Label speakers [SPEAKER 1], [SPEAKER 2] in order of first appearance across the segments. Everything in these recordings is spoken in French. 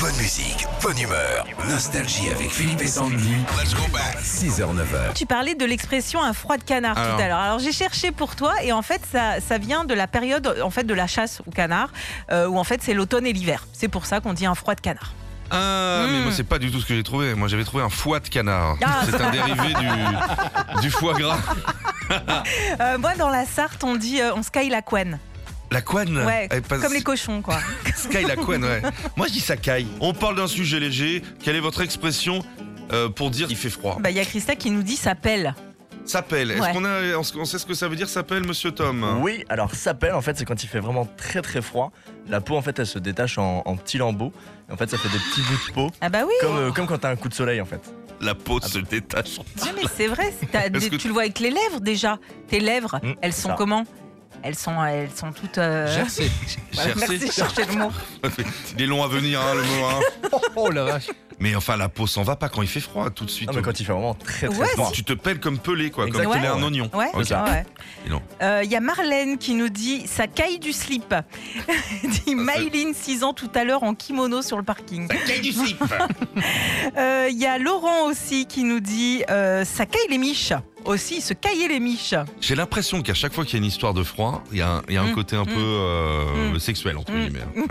[SPEAKER 1] Bonne musique, bonne humeur, nostalgie avec Philippe et Sandy. Let's go back. 6h, 9h.
[SPEAKER 2] Tu parlais de l'expression un froid de canard
[SPEAKER 3] Alors.
[SPEAKER 2] tout à l'heure. Alors j'ai cherché pour toi et en fait ça, ça vient de la période en fait de la chasse au canard euh, où en fait c'est l'automne et l'hiver. C'est pour ça qu'on dit un froid de canard.
[SPEAKER 3] Ah, mais
[SPEAKER 2] Mm.
[SPEAKER 3] moi, c'est pas du tout ce que j'ai trouvé. Moi, j'avais trouvé un foie de canard.
[SPEAKER 2] Ah.
[SPEAKER 3] c'est un dérivé du, du foie gras.
[SPEAKER 2] Euh, moi dans la Sarthe on dit euh, on sky la couenne.
[SPEAKER 3] La
[SPEAKER 4] Euh,
[SPEAKER 3] couenne
[SPEAKER 2] Ouais,
[SPEAKER 4] eh,
[SPEAKER 3] elle passe-
[SPEAKER 2] comme les cochons quoi.
[SPEAKER 3] Sky, la couenne, ouais. Moi, je dis ça caille. On parle d'un sujet léger. Quelle est votre expression euh, pour dire il fait froid
[SPEAKER 2] Bah il y a Christa qui nous dit ça pèle.
[SPEAKER 3] S'appelle. Est-ce
[SPEAKER 2] Ouais.
[SPEAKER 3] qu'on a, on sait ce que ça veut dire s'appelle, monsieur Tom
[SPEAKER 4] Oui, alors s'appelle en fait, c'est quand il fait vraiment très très froid. La peau en fait, elle se détache en, en petits lambeaux. Et en fait, ça fait des petits bouts de peau.
[SPEAKER 2] Ah bah oui.
[SPEAKER 4] Comme, euh, comme quand t'as un coup de soleil en fait.
[SPEAKER 3] La peau
[SPEAKER 4] Ah.
[SPEAKER 3] se détache.
[SPEAKER 2] Ouais, mais c'est vrai. t'as des-
[SPEAKER 3] que
[SPEAKER 2] tu le vois avec les lèvres déjà. Tes lèvres
[SPEAKER 4] Mm,
[SPEAKER 2] elles
[SPEAKER 4] c'est
[SPEAKER 2] sont
[SPEAKER 4] ça.
[SPEAKER 2] comment Elles sont elles sont toutes. euh,
[SPEAKER 5] Gercé.
[SPEAKER 2] voilà, merci de chercher le mot.
[SPEAKER 3] Il est long à venir, hein, le mot. hein.
[SPEAKER 5] Oh, oh la vache.
[SPEAKER 3] Mais enfin, la peau s'en va pas quand il fait froid, tout de suite.
[SPEAKER 4] Non, mais quand il fait vraiment très très
[SPEAKER 2] Ouais,
[SPEAKER 4] froid.
[SPEAKER 2] si.
[SPEAKER 3] Tu te pèles comme pelé, quoi,
[SPEAKER 4] Exactement.
[SPEAKER 3] comme pelé un
[SPEAKER 4] Ouais.
[SPEAKER 3] oignon.
[SPEAKER 2] Ouais,
[SPEAKER 3] Ok.
[SPEAKER 2] c'est ça, ouais.
[SPEAKER 3] Et non.
[SPEAKER 2] Euh, Il y a Marlène qui nous dit ça caille du slip. Elle
[SPEAKER 3] Ah,
[SPEAKER 2] dit Maïline, 6 ans tout à l'heure en kimono sur le parking.
[SPEAKER 3] Caille du slip
[SPEAKER 2] Euh, Il y a Laurent aussi qui nous dit euh, ça caille les miches. Aussi, se cailler les miches.
[SPEAKER 3] J'ai l'impression qu'à chaque fois qu'il y a une histoire de froid, il y a un, il y a un
[SPEAKER 2] Mm.
[SPEAKER 3] côté un peu euh, sexuel, entre
[SPEAKER 2] Mm.
[SPEAKER 3] guillemets. Ouais.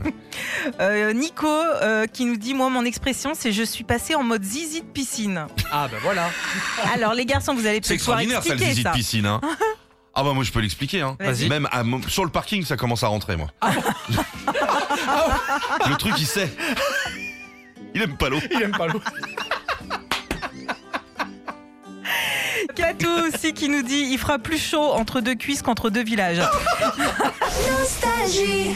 [SPEAKER 2] Euh, Nico euh, qui nous dit moi, mon expression, c'est je suis passé en mode zizi de piscine.
[SPEAKER 5] Ah bah voilà.
[SPEAKER 2] Alors, les garçons, vous allez
[SPEAKER 3] C'est
[SPEAKER 2] peut-être pouvoir
[SPEAKER 3] extraordinaire, ça, le
[SPEAKER 2] expliquer
[SPEAKER 3] zizi
[SPEAKER 2] ça.
[SPEAKER 3] de piscine. hein. Ah bah moi je peux l'expliquer hein.
[SPEAKER 2] Vas-y. Ah
[SPEAKER 3] Même à mon- sur le parking ça commence à rentrer moi. le truc il sait. Il aime pas l'eau.
[SPEAKER 5] Il aime pas l'eau.
[SPEAKER 2] Katou aussi qui nous dit il fera plus chaud entre deux cuisses qu'entre deux villages.
[SPEAKER 6] Nostalgie.